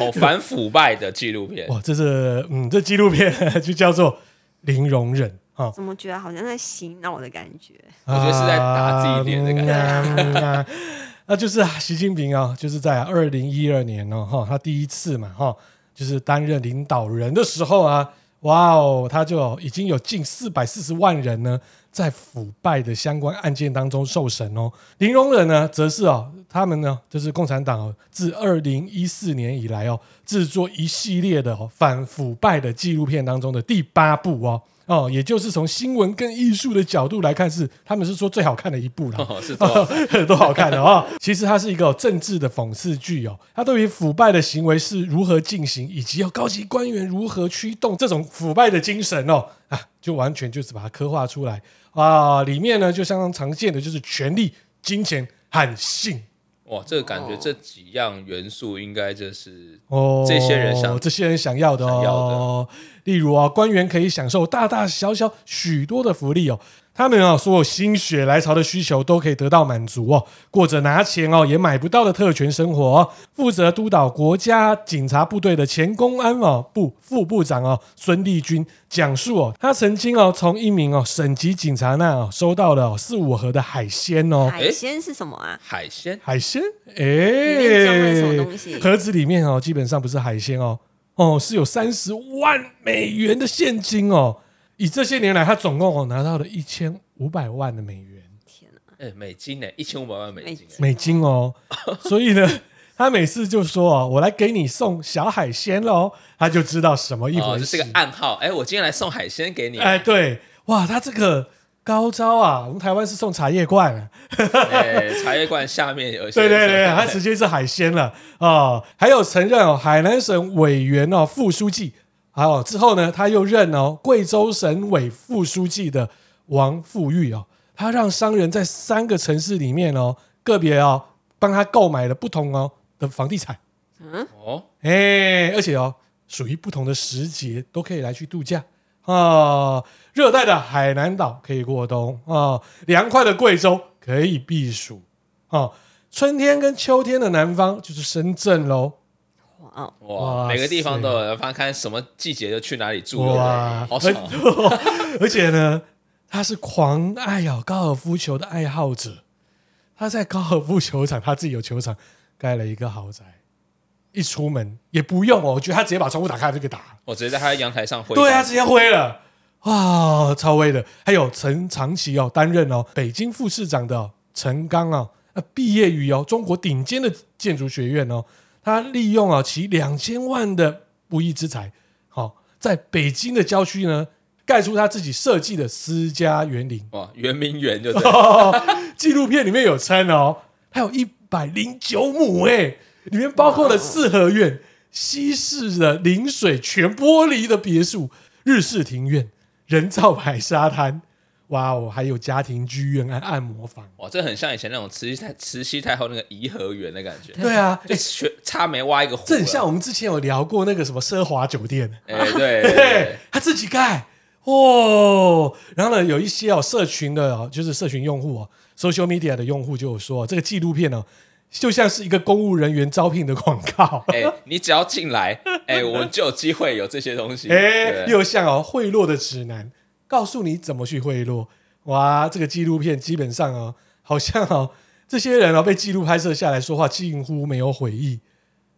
S3: 哦反腐败的纪录片。
S1: 哇，这是嗯，这纪录片 [laughs] 就叫做《零容忍》啊，
S2: 怎么觉得好像在洗脑的感觉？
S1: 我
S3: 觉得是在打自己脸的感觉
S1: 觉。嗯啊 [laughs] 那就是习近平啊，就是在二零一二年哦，哈，他第一次嘛，哈，就是担任领导人的时候啊，哇哦，他就已经有近四百四十万人呢，在腐败的相关案件当中受审哦。零容忍呢，则是哦，他们呢，就是共产党哦，自二零一四年以来哦，制作一系列的、哦、反腐败的纪录片当中的第八部哦。哦，也就是从新闻跟艺术的角度来看是，他们是说最好看的一部了。
S3: 哦，是多
S1: [laughs] 都好看的哦。其实它是一个政治的讽刺剧哦，它对于腐败的行为是如何进行，以及要高级官员如何驱动这种腐败的精神哦，啊，就完全就是把它刻画出来啊。里面呢，就相当常见的就是权力、金钱和性
S3: 哇，这个感觉这几样元素应该就是
S1: 哦，
S3: 这些人想
S1: 这些人想要的
S3: 想
S1: 哦
S3: 要，
S1: 例如啊，官员可以享受大大小小许多的福利哦。他们啊，所有心血来潮的需求都可以得到满足哦，过着拿钱哦也买不到的特权生活、哦。负责督导国家警察部队的前公安哦部副部长哦孙立军讲述哦，他曾经哦从一名哦省级警察那哦收到了、哦、四五盒的海鲜哦，
S2: 海鲜是什么啊？
S3: 海鲜
S1: 海鲜，哎、
S2: 面装了什么东西
S1: 盒子里面哦，基本上不是海鲜哦，哦，是有三十万美元的现金哦。以这些年来，他总共哦拿到了一千五百万的美元
S2: 天哪！
S3: 哎、美金呢、一千五百万美金、
S2: 美
S3: 欸，
S1: 美金哦，所以呢， [laughs] 他每次就说哦，我来给你送小海鲜喽，他就知道什么一
S3: 哦，
S1: 回
S3: 这是
S1: 事
S3: 个。暗号。哎、我今天来送海鲜给你，
S1: 哎，
S3: 哎、
S1: 对，哇，他这个高招啊，我们台湾是送茶叶罐、啊。
S3: 哎茶叶罐下面有一些，
S1: 对对对，他直接是海鲜了哦。还有曾任哦海南省委员哦副书记，还有之后呢，他又任哦贵州省委副书记的王富玉哦，他让商人在三个城市里面哦个别哦帮他购买了不同哦的房地产，
S3: 哦，
S1: 哎，而且哦属于不同的时节都可以来去度假。哦，热带的海南岛可以过冬哦，凉快的贵州可以避暑哦。春天跟秋天的南方就是深圳喽。
S2: 哇
S1: [laughs]
S2: 哦，
S3: 哇，
S1: 哇
S3: 每个地方都有，翻看什么季节就去哪里住，
S1: 哇哎
S3: 好爽哦、
S1: [laughs] 而且呢，他是狂爱哦高尔夫球的爱好者。他在高尔夫球场，他自己有球场，盖了一个豪宅。一出门也不用哦，我觉得他直接把窗户打开就给打。
S3: 我直接在他的阳台上挥
S1: 对啊，
S3: 啊，
S1: 直接挥了，哇，超威的。还有曾长期哦担任哦北京副市长的哦陈刚哦，呃毕业于哦中国顶尖的建筑学院哦，他利用哦其两千万的不义之财，好、在北京的郊区呢盖出他自己设计的私家园林。
S3: 哇，圆明
S1: [laughs]
S3: 园就对，
S1: 纪录片里面有称哦，还有一百零九亩哎，里面包括了四合院、西式的临水全玻璃的别墅、日式庭院、人造海沙滩，哇哦，还有家庭剧院和按摩房。
S3: 哇，这很像以前那种慈禧太慈禧太后那个颐和园的感觉，
S1: 对啊，
S3: 就全差没挖一个湖了，
S1: 这很像我们之前有聊过那个什么奢华酒店，
S3: 哎、
S1: [laughs]
S3: 对对
S1: 对
S3: 对，
S1: 他自己盖哦。然后呢，有一些哦，社群的哦，就是社群用户哦，social media 的用户就有说，这个纪录片呢、哦就像是一个公务人员招聘的广告，
S3: 哎、你只要进来，哎、我们就有机会有这些东西。
S1: 哎，
S3: 对
S1: 又像哦贿赂的指南，告诉你怎么去贿赂。哇，这个纪录片基本上哦，好像哦，这些人哦被记录拍摄下来说话近乎没有悔意，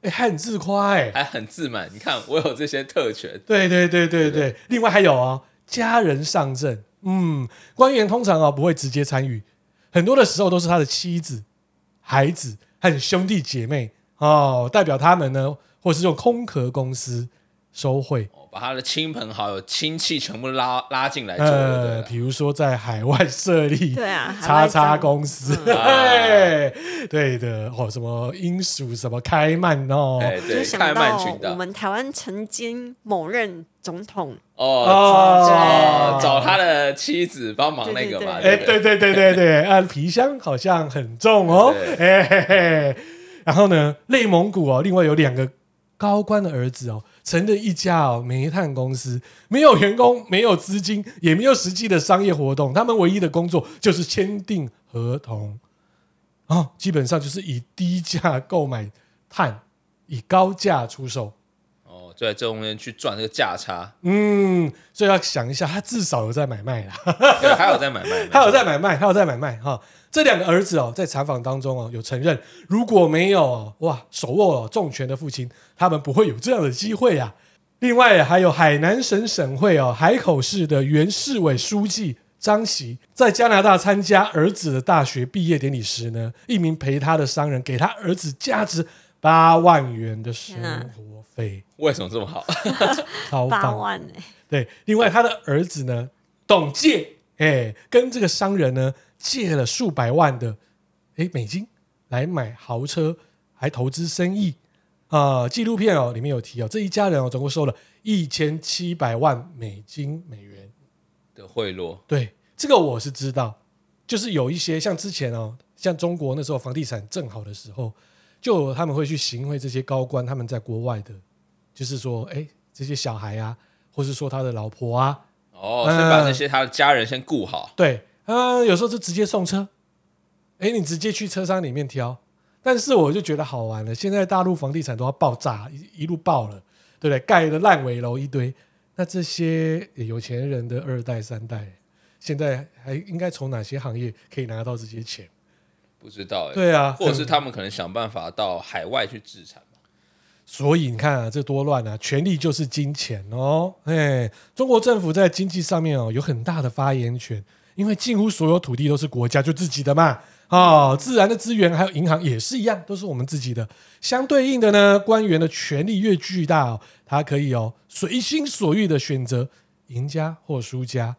S1: 哎，还很自夸哎。
S3: 还很自满。你看，我有这些特权，
S1: 对对对对
S3: 对
S1: 对，另外还有哦，家人上阵，嗯，官员通常哦不会直接参与，很多的时候都是他的妻子、孩子和兄弟姐妹哦，代表他们呢，或是用空壳公司收贿。
S3: 哦把他的亲朋好友、亲戚全部拉拉进来做
S1: 呃，
S3: 的。对
S1: 比如说在海外设立
S2: 对啊海
S1: 叉
S2: 外
S1: 叉
S2: 账
S1: 公司，
S3: 嗯
S1: 嘿 [laughs] 对的，哦，什么英属什么开曼哦
S3: 不，对哎，
S2: 就
S3: 对，
S2: 想
S3: 开曼群
S2: 到我
S3: 岛
S2: 们台湾曾经某任总统，
S3: 哦，
S1: 哦
S3: 找找他的妻子帮忙那个嘛。
S1: 哎，
S3: 不
S1: 对对对对对，啊，皮箱好像很重哦，
S3: 对
S1: 哎嘿嘿。然后呢，内蒙古哦，另外有两个高官的儿子哦，成立一家哦煤炭公司，没有员工，没有资金，也没有实际的商业活动，他们唯一的工作就是签订合同，哦，基本上就是以低价购买碳，以高价出售。
S3: 哦，就在这中间去赚这个
S1: [laughs]
S3: 价差，
S1: 嗯，所以要想一下，他至少有在买卖啦。
S3: 对还有在买卖，
S1: 他有在买卖，他有在买卖哈、这两个儿子哦，在采访当中哦，有承认，如果没有哦哇手握、哦、重权的父亲，他们不会有这样的机会啊。另外还有海南省省会哦海口市的原市委书记张喜，在加拿大参加儿子的大学毕业典礼时呢，一名陪他的商人给他儿子价值八万元的生
S2: 天啊
S1: 活费，
S3: 为什么这么好？ [laughs]
S1: 超
S2: 八
S1: 棒！
S2: 万哎、
S1: 对，另外他的儿子呢，董借，哎，跟这个商人呢借了数百万的哎美金来买豪车，还投资生意。啊、纪录片哦，里面有提哦，这一家人哦，总共收了一千七百万美金美元。
S3: 的贿赂，
S1: 对，这个我是知道，就是有一些像之前哦，像中国那时候房地产正好的时候，就有他们会去行贿这些高官，他们在国外的，就是说，哎，这些小孩啊，或是说他的老婆啊，
S3: 哦，先把那些他的家人先顾好，
S1: 对，呃，有时候就直接送车，哎，你直接去车商里面挑。但是我就觉得好玩了，现在大陆房地产都要爆炸，一一路爆了，对不对？盖的烂尾楼一堆，那这些有钱人的二代、三代，现在还应该从哪些行业可以拿到这些钱？
S3: 不知道哎，
S1: 对啊，
S3: 或者是
S1: 很
S3: 他们可能想办法到海外去制产
S1: [laughs]
S3: 嘛，
S1: 所以你看啊，这多乱啊！权力就是金钱哦，哎，中国政府在经济上面哦有很大的发言权，因为近乎所有土地都是国家就自己的嘛，哦，自然的资源还有银行也是一样，都是我们自己的。相对应的呢，官员的权力越巨大哦，他可以哦随心所欲的选择赢家或输家。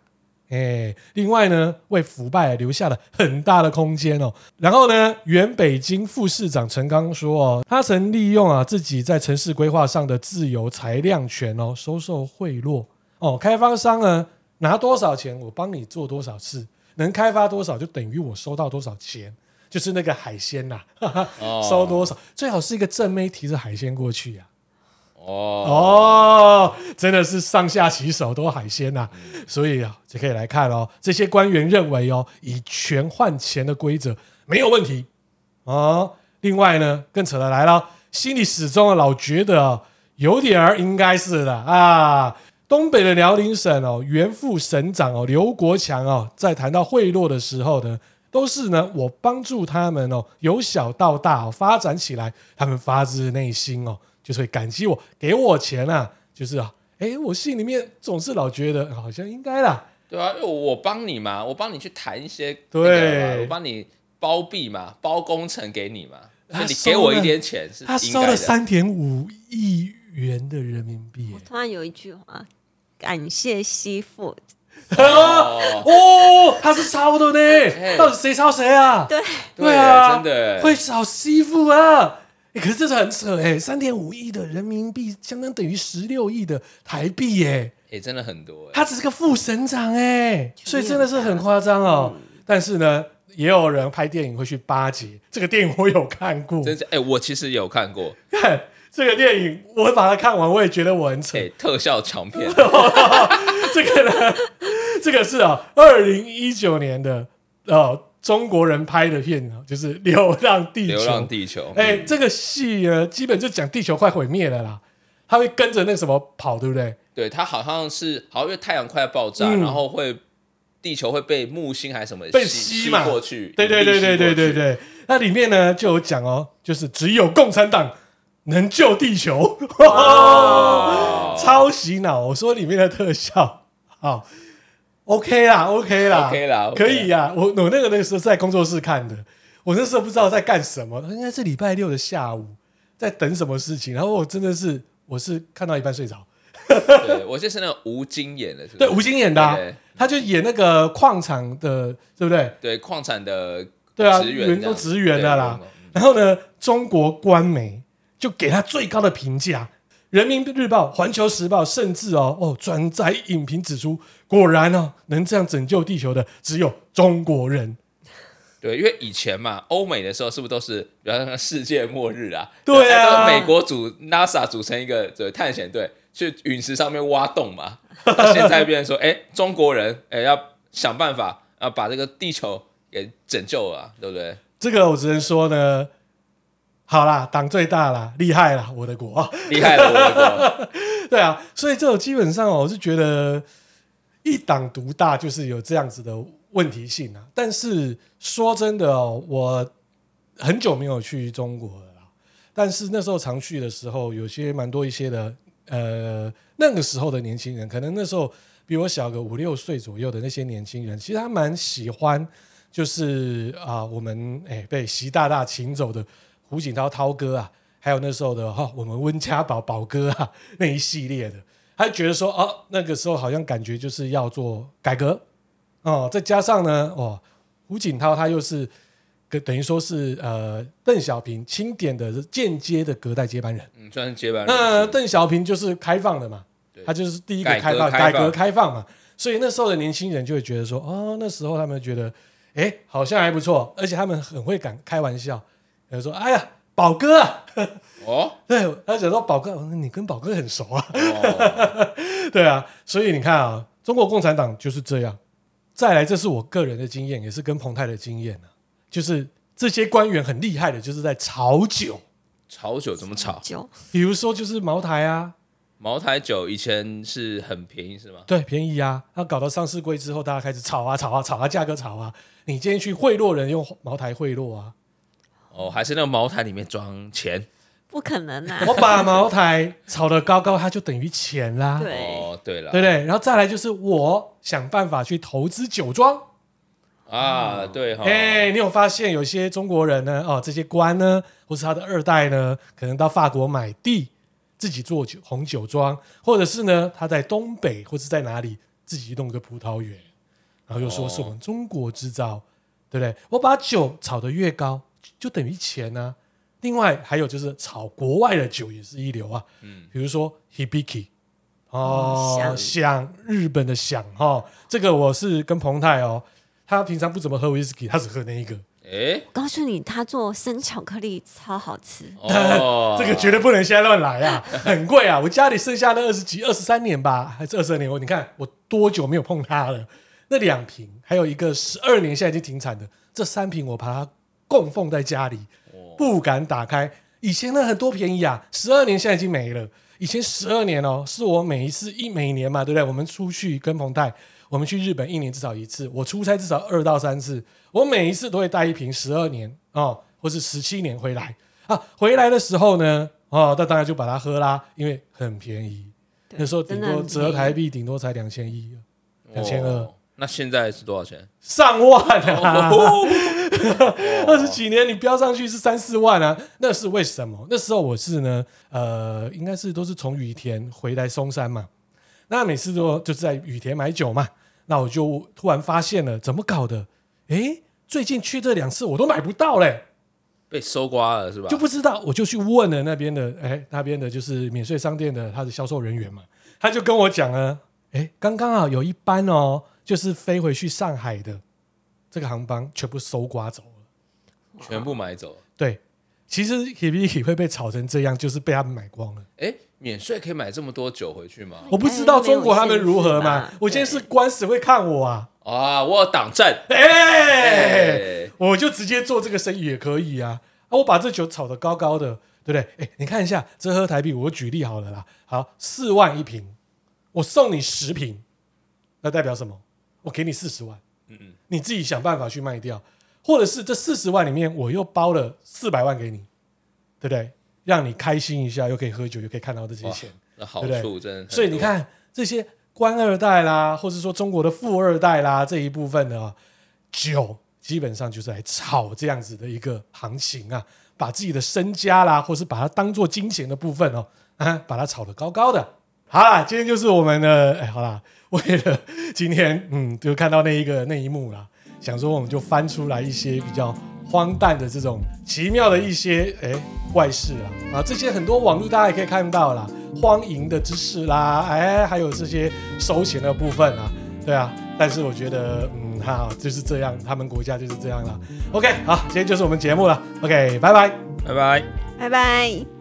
S1: 哎，另外呢，为腐败留下了很大的空间哦。然后呢，原北京副市长陈刚说哦，他曾利用啊自己在城市规划上的自由裁量权哦，收受贿赂哦，开发商呢拿多少钱，我帮你做多少事，能开发多少就等于我收到多少钱，就是那个海鲜呐、 [laughs]
S3: 哦
S1: 收多少，最好是一个正妹提着海鲜过去啊呀、哦，
S3: 哦
S1: 真的是上下其手都海鲜呐、所以啊，就可以来看哦。这些官员认为哦，以权换钱的规则没有问题哦。另外呢，更扯的来了，心里始终啊老觉得、哦、有点儿应该是的啊。东北的辽宁省哦，原副省长哦刘国强哦，在谈到贿赂的时候呢，都是呢我帮助他们哦，由小到大、哦、发展起来，他们发自内心哦，就是会感激我，给我钱啊，就是啊，哎，我心里面总是老觉得好像应该啦，
S3: 对啊，因为我帮你嘛，我帮你去谈一些
S1: 对
S3: 那个嘛我帮你包庇嘛，包工程给你嘛，所以
S1: 他
S3: 你
S1: 收
S3: 给我
S1: 了
S3: 一点钱是
S1: 他
S3: 应
S1: 收
S3: 该
S1: 了
S3: 的。
S1: 三点五亿元的人民币耶
S2: 我，突然有一句话，感谢媳妇，
S3: 哦，
S1: 哦，他是抄的呢，到底谁抄谁啊？
S2: 对，
S1: [laughs] 对
S3: 哎对
S1: 啊，
S3: 真的
S1: 会找媳妇啊。欸可是这是很扯哎、欸，三点五亿的人民币相当等于十六亿的台币耶、
S3: 也真的很多欸，
S1: 他只是个副省长哎、所以真的是很夸张哦
S2: 嗯。
S1: 但是呢，也有人拍电影会去巴结，这个电影我有看过，
S3: 真是哎，我其实也有
S1: [laughs]
S3: 看过，
S1: 看这个电影我把它看完，我也觉得我很扯。
S3: 哎，特效
S1: [laughs]
S3: 强片，
S1: 这个呢， [laughs] 这个是啊、二零一九年的呃中国人拍的片啊，就是《流浪地球》。
S3: 流浪地球，
S1: 哎、这个戏呢，基本就讲地球快毁灭了啦，他会跟着那什么跑，对不对？
S3: 对，它好像是好像因为太阳快要爆炸，
S1: 嗯
S3: 然后会地球会被木星还是什么
S1: 被
S3: 吸
S1: 吸嘛
S3: 过去，
S1: 对对
S3: 引力
S1: 对
S3: 吸
S1: 对对
S3: 过
S1: 对。
S3: 去
S1: 对。那里面呢就有讲哦，就是只有共产党能救地球， [laughs]
S3: 哦
S1: 超洗脑。我说里面的特效，好，OK 啦，OK 啦
S3: OK 啦，OK
S1: 可以呀、我我那个那个时候在工作室看的，我那时候不知道在干什么，应该是礼拜六的下午在等什么事情，然后我真的是我是看到一半睡着。
S3: 对，我就是那个吴京演的，是不是
S1: 对，吴京演的、啊
S3: 对，
S1: 他就演那个矿场的，对不对？
S3: 对矿产的
S1: 对啊，
S3: 职员
S1: 员
S3: 这
S1: 都
S3: 样
S1: 职员的啦
S3: 对。嗯
S1: 然后呢，中国官媒就给他最高的评价，《人民日报》《环球时报》甚至哦哦转载影评指出，果然哦，能这样拯救地球的只有中国人。
S3: 对，因为以前嘛，欧美的时候是不是都是，比方说世界末日啊？
S1: 对啊
S3: 那都是美国组 NASA 组成一个对探险队去陨石上面挖
S1: [laughs]
S3: 洞嘛。那现在变成说，哎，中国人哎要想办法啊，把这个地球给拯救了啊、对不对？
S1: 这个我只能说呢，好啦，党最大啦，厉害啦，我的国啊！
S3: 厉害了，我的
S1: [laughs] 对啊，所以这种基本上哦我是觉得一党独大就是有这样子的问题性啊。但是说真的哦，我很久没有去中国了啦，但是那时候常去的时候，有些蛮多一些的，呃，那个时候的年轻人，可能那时候比我小个五六岁左右的那些年轻人，其实他蛮喜欢，就是啊、我们哎、被习大大请走的胡锦涛涛哥啊，还有那时候的哈、我们温家宝宝哥啊那一系列的，他觉得说哦，那个时候好像感觉就是要做改革哦，再加上呢哦，胡锦涛他又是跟等于说是呃邓小平钦点的间接的隔代接班人。
S3: 嗯，算是接班
S1: 那
S3: 人。
S1: 邓小平就是开放的嘛
S3: 对，
S1: 他就是第一个开
S3: 改革
S1: 放、
S3: 开
S1: 改
S3: 放
S1: 革开放嘛，所以那时候的年轻人就会觉得说，哦，那时候他们觉得，哎，好像还不错，而且他们很会敢开玩笑，他说，哎呀，宝哥、啊，
S3: 哦
S1: 对，他讲到宝哥，我说你跟宝哥很熟啊， [laughs]
S3: 哦，
S1: 对啊，所以你看啊，中国共产党就是这样。再来，这是我个人的经验，也是跟彭泰的经验啊，就是这些官员很厉害的，就是在炒酒，
S3: 炒酒怎么炒？
S2: 就
S1: 比如说就是茅台啊，
S3: 茅台酒以前是很便宜是吗？
S1: 对，便宜啊。那搞到上市柜之后，大家开始炒啊炒啊炒啊，价格炒啊。你今天去贿赂人，用茅台贿赂啊。
S3: 哦，还是那个茅台里面装钱？
S2: 不可能啊啦。
S1: 我把茅台炒得高高，它就等于钱啦，
S2: 对
S3: 哦，对了
S1: 对，不对？然后再来就是我想办法去投资酒庄。
S3: 啊，对哈，
S1: 哎、你有发现有些中国人呢？哦，这些官呢，或是他的二代呢，可能到法国买地，自己做酒红酒庄，或者是呢，他在东北或是在哪里自己弄个葡萄园，然后又说
S3: 哦
S1: 是我们中国制造，对不对？我把酒炒得越高，就等于钱啊。另外还有就是炒国外的酒也是一流啊，
S3: 嗯，
S1: 比如说 Hibiki。哦
S2: 嗯，
S1: 想日本的想哦，这个我是跟彭泰哦，他平常不怎么喝 whisky，他只喝那一个，，
S3: 哎，
S2: 我告诉你，他做生巧克力超好吃，
S3: 哦
S1: [laughs] 这个绝对不能现在乱来啊，很贵啊！我家里剩下那二十几、二十三年吧，还是二十二年？我你看我多久没有碰它了？那两瓶，还有一个十二年现在已经停产的，这三瓶我把它供奉在家里，
S3: 哦
S1: 不敢打开。以前那很多便宜啊，十二年现在已经没了。以前十二年哦，是我每一次一每年嘛，对不对？我们出去跟彭泰，我们去日本一年至少一次，我出差至少二到三次，我每一次都会带一瓶十二年哦，或是十七年回来啊。回来的时候呢，哦，那当然就把它喝啦，因为很便宜，
S2: 对
S1: 那时候顶
S2: 真的很
S1: 多
S2: 便宜
S1: 折台币顶多才两千一，啊两千二
S3: 哦，那现在是多少钱？
S1: 上万啊！
S3: 哦
S1: [laughs] 二十几年你飙上去是三四万啊，那是为什么？那时候我是呢，呃，应该是都是从羽田回来松山嘛，那每次都就是在羽田买酒嘛，那我就突然发现了，怎么搞的？诶，最近去这两次我都买不到嘞、
S3: 被搜刮了是吧？
S1: 就不知道，我就去问了那边的，哎，那边的就是免税商店的他的销售人员嘛，他就跟我讲呢，哎，刚刚好有一班哦，就是飞回去上海的这个航班全部搜刮走了。
S3: 全部买走。
S1: 对，其实 Hibiki 会被炒成这样，就是被他们买光了。
S3: 哎，免税可以买这么多酒回去吗？
S1: 我不知道中国他们如何
S2: 哎没有限
S1: 嘛
S2: 制吧，
S1: 我今天是官司会看我啊，
S3: 啊，我有党证。
S1: 哎，
S3: 哎，
S1: 我就直接做这个生意也可以啊。啊，我把这酒炒得高高的，对不对？哎，你看一下，这喝台币，我举例好了啦，好，四万一瓶，我送你十瓶，那代表什么？我给你四十万，
S3: 嗯嗯，
S1: 你自己想办法去卖掉，或者是这四十万里面我又包了四百万给你，对不对？让你开心一下，又可以喝酒，又可以看到这些
S3: 哇
S1: 钱。
S3: 那好
S1: 对
S3: 处真的。
S1: 所以你，看这些官二代啦，或者说中国的富二代啦这一部分的啊酒，基本上就是来炒这样子的一个行情啊，把自己的身家啦，或是把它当做金钱的部分哦，啊，把它炒得高高的。好啦，今天就是我们的，哎，好啦，为了 [laughs] 今天，嗯，就看到那一个那一幕啦，想说我们就翻出来一些比较荒诞的这种奇妙的一些，哎，怪事啦，啊，这些很多网络大家也可以看到啦，荒淫的知识啦，哎，还有这些收钱的部分啊，对啊，但是我觉得，嗯，好，就是这样，他们国家就是这样啦。OK，好，今天就是我们节目了。OK，拜拜。
S3: 拜拜。
S2: 拜拜。